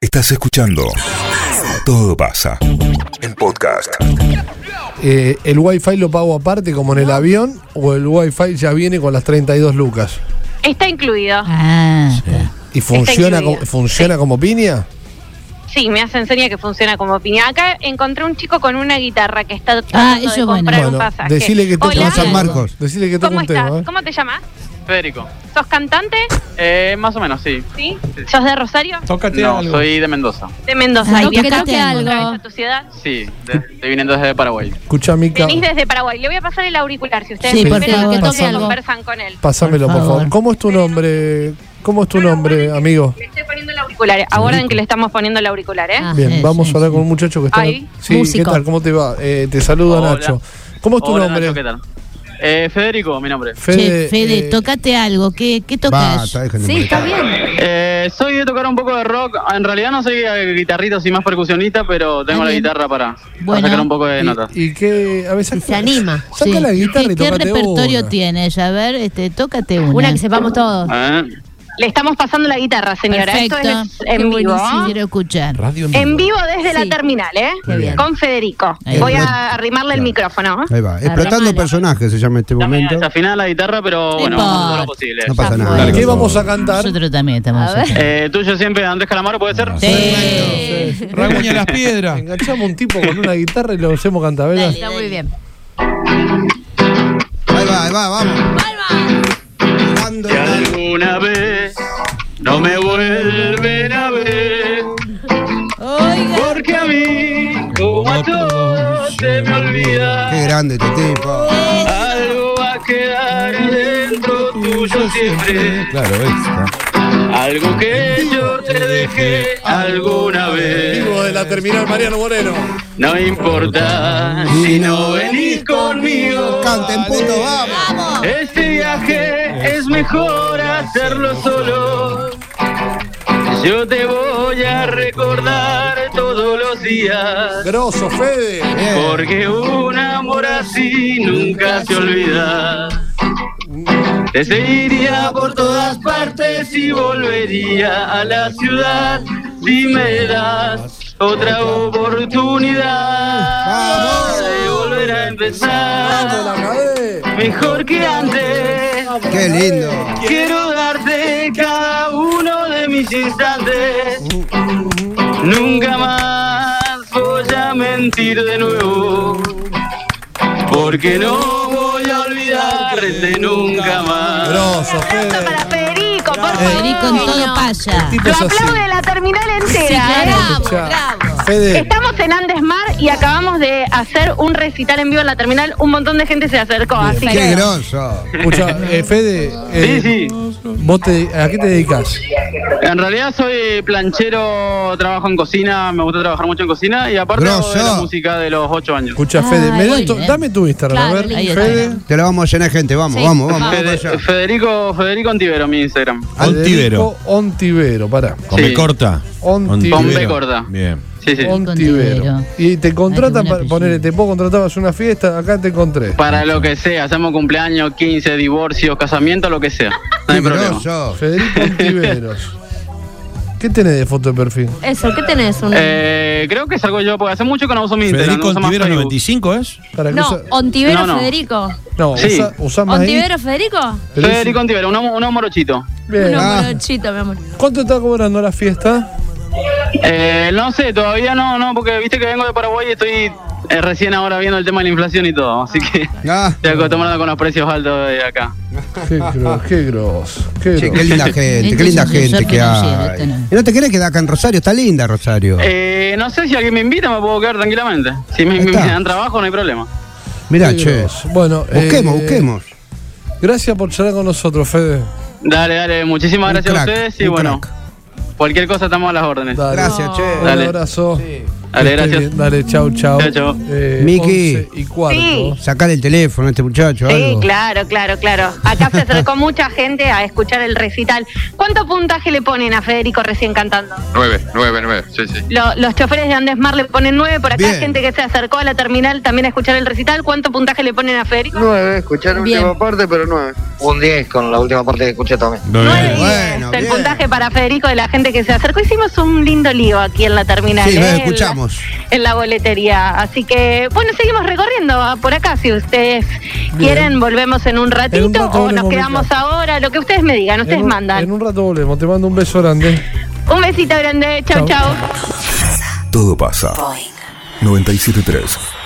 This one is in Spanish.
Estás escuchando Todo pasa. El podcast. Eh, ¿El wifi lo pago aparte como en Ah. el avión o el wifi ya viene con las 32 lucas? Está incluido. Ah, ¿Y funciona, incluido. co- funciona como piña? Sí, me hace enseña que funciona como piña. Acá encontré un chico con una guitarra que está Ah, tratando eso de es bueno. comprar un pasaje. decile que Hola, toca San Marcos. Decile que toca ¿cómo un tema. estás? ¿eh? ¿Cómo te llamas? Federico. ¿Sos cantante? Eh, más o menos, sí. ¿Sí? ¿Sos de Rosario? Tócate No, algo. soy de Mendoza. De Mendoza. Ah, ¿Y viajaste tócate algo. alguna vez a tu ciudad? Sí, de, de- viniendo desde Paraguay. ¿eh? Escuchá, Mica. Venís desde Paraguay. Le voy a pasar el auricular si ustedes Sí, por prefieren, favor, y que toque conversan algo. conversan con él. Pásamelo, por Por favor. favor. ¿Cómo es tu nombre? ¿Cómo es tu Ah, No, no, nombre, guarden que- amigo? Le estoy poniendo el auricular. Aguarden que le estamos poniendo el auricular, ¿eh? Ah, Bien, sí, vamos sí, a hablar sí. con un muchacho que está. Ahí. Sí, ¿qué Músico. tal? ¿Cómo te va? Eh, te saluda Hola. Nacho. ¿Cómo es tu Hola, nombre? Nacho, ¿qué tal? Eh, Federico, mi nombre. Che, Fede, eh, tocate algo. ¿Qué, qué tocas? Basta, dejen de sí, molestar. está bien. Eh, soy de tocar un poco de rock. En realidad no soy eh, guitarrita, soy más percusionista, pero tengo Ah, la bien. guitarra para, para Bueno. sacar un poco de y- notas. ¿Y, qué? A veces. Se anima. Saca sí. la guitarra y ¿Qué, qué tócate repertorio una. tienes? A ver, este, tócate una. Una que sepamos todos. Eh, Le estamos pasando la guitarra, señora. Perfecto. Esto es Qué en vivo. buenísimo, quiero escuchar. Radio En vivo desde la Sí. terminal, ¿eh? Qué bien. Con Federico. Ahí Voy va. a arrimarle el Claro. micrófono. ¿eh? Ahí va. Explotando remala. personajes se llama este está medio momento. desafinada la guitarra, pero bueno, importa. vamos a hacer todo lo posible. No pasa Ya nada. fue. ¿Qué vamos a cantar? Nosotros también estamos. A ver. acá. Eh, tuyo siempre, Andrés Calamaro, ¿puede ser? Sí. Raguña las piedras. Enganchamos un tipo con una guitarra y lo hacemos cantar, ¿verdad? Dale, Está dale. muy bien. Ahí va, ahí va, vamos. Dando- Que alguna vez no me vuelven a ver. Porque a mí, como a todos, se me olvida. Qué grande este tipo. Algo va a quedar adentro tuyo siempre. Claro, extra. Algo que yo te dejé alguna vez. Vivo de la terminal Mariano Moreno. No importa si no venís conmigo. Canten puto, vamos. Este viaje es mejor hacerlo solo. Yo te voy a recordar todos los días. Grosso, Fede. Porque un amor así nunca se olvida. Te seguiría por todas partes y volvería a la ciudad si me das otra oportunidad de volver a empezar. Mejor que antes, Qué lindo. quiero darte cada uno de mis instantes. Nunca más voy a mentir de nuevo. Porque no voy a olvidarte nunca más. Grosso, Aplauso Fede. para Federico, por Eh. favor. Federico en todo pasa. Tipo Lo es así. aplaude la terminal entera. ¿eh? O sea, Fede, Estamos en Andes Mar y acabamos de hacer un recital en vivo en la terminal. Un montón de gente se acercó, así Qué que grosso. escucha, eh, Fede, eh, Sí, sí. ¿vos te, ¿a qué te dedicas? En realidad soy planchero, trabajo en cocina, me gusta trabajar mucho en cocina y aparte hago de la Grosso. música de los 8 años. Escucha, Ay, Fede, me das Ah, muy tu- bien. dame tu Instagram, a Claro, ver. ahí está. Fede, Te lo vamos a llenar de gente, vamos, Sí. vamos, vamos. Fede- vamos allá. Federico, Federico Antivero, mi Instagram. Ontivero. Federico Ontivero, pará. Con Sí. B corta. Ontivero. Con B corta. Bien. Sí, sí. Ontivero. Ontivero. Y te contratan Ay, qué buen para apellido. ponerle, te puedo contratar para una fiesta, acá te encontré. Para lo que sea, hacemos cumpleaños, 15, divorcios, casamiento, lo que sea. No hay Qué problema. grosso. Federico Ontiveros. ¿Qué tenés de foto de perfil? Eso, ¿qué tenés? Un- Eh, creo que salgo yo, porque hace mucho que no uso mi Instagram. Federico no uso más Ontivero Facebook. 95 es. Para que no, usa- Ontivero No, no. Federico. no, sí. usa, usa más ahí, ¿Ontivero Federico? pero es- Federico Antivero, uno, uno morochito. Bien. Uno Ah. morochito, mi amor. ¿Cuánto está cobrando la fiesta? Eh, no sé, todavía no, no, porque viste que vengo de Paraguay y estoy eh, recién ahora viendo el tema de la inflación y todo. Así que Ah, estoy acostumbrado con los precios altos de acá. Qué grosso, qué grosso. Qué che, qué grosso. linda gente, qué Este linda es un gente sensor que financiero, este hay. no. ¿Y no te querés quedar acá en Rosario? Está linda Rosario. Eh, no sé si alguien me invita, me puedo quedar tranquilamente. Si me, Ahí me está. dan trabajo, no hay problema. Mirá, Qué che. grosso. Bueno, eh, Busquemos, busquemos. Gracias por charlar con nosotros, Fede. Dale, dale, muchísimas Un gracias crack, a ustedes y un bueno, crack. cualquier cosa estamos a las órdenes. Dale. Gracias, che. Un Dale. abrazo. Dale, Estoy gracias. bien, Dale, chau, chau. Chau, chau. Eh, Miki. 11 y cuarto. Sí. Sacale el teléfono a este muchacho. Sí, algo. claro, claro, claro. Acá se acercó mucha gente a escuchar el recital. ¿Cuánto puntaje le ponen a Federico recién cantando? 9, 9, 9. Sí, sí. Lo- los choferes de Andesmar le ponen nueve, por acá Bien. gente que se acercó a la terminal también a escuchar el recital. ¿Cuánto puntaje le ponen a Federico? 9, escuché la Bien. última parte, pero 9. Un 10 con la última parte que escuché también. Nueve y Bueno, diez. el bien. puntaje para Federico de la gente que se acercó. Hicimos un lindo lío aquí en la terminal. Sí, ¿eh? lo En la- escuchamos. en la boletería. Así que, bueno, seguimos recorriendo ah, por acá. Si ustedes quieren, volvemos en un ratito En un rato o nos volvemos, quedamos Mica. ahora. Lo que ustedes me digan, ustedes En un- mandan. En Un... un rato volvemos. Te mando un beso grande. besito grande. chau. Chau. chau. Todo pasa. 973.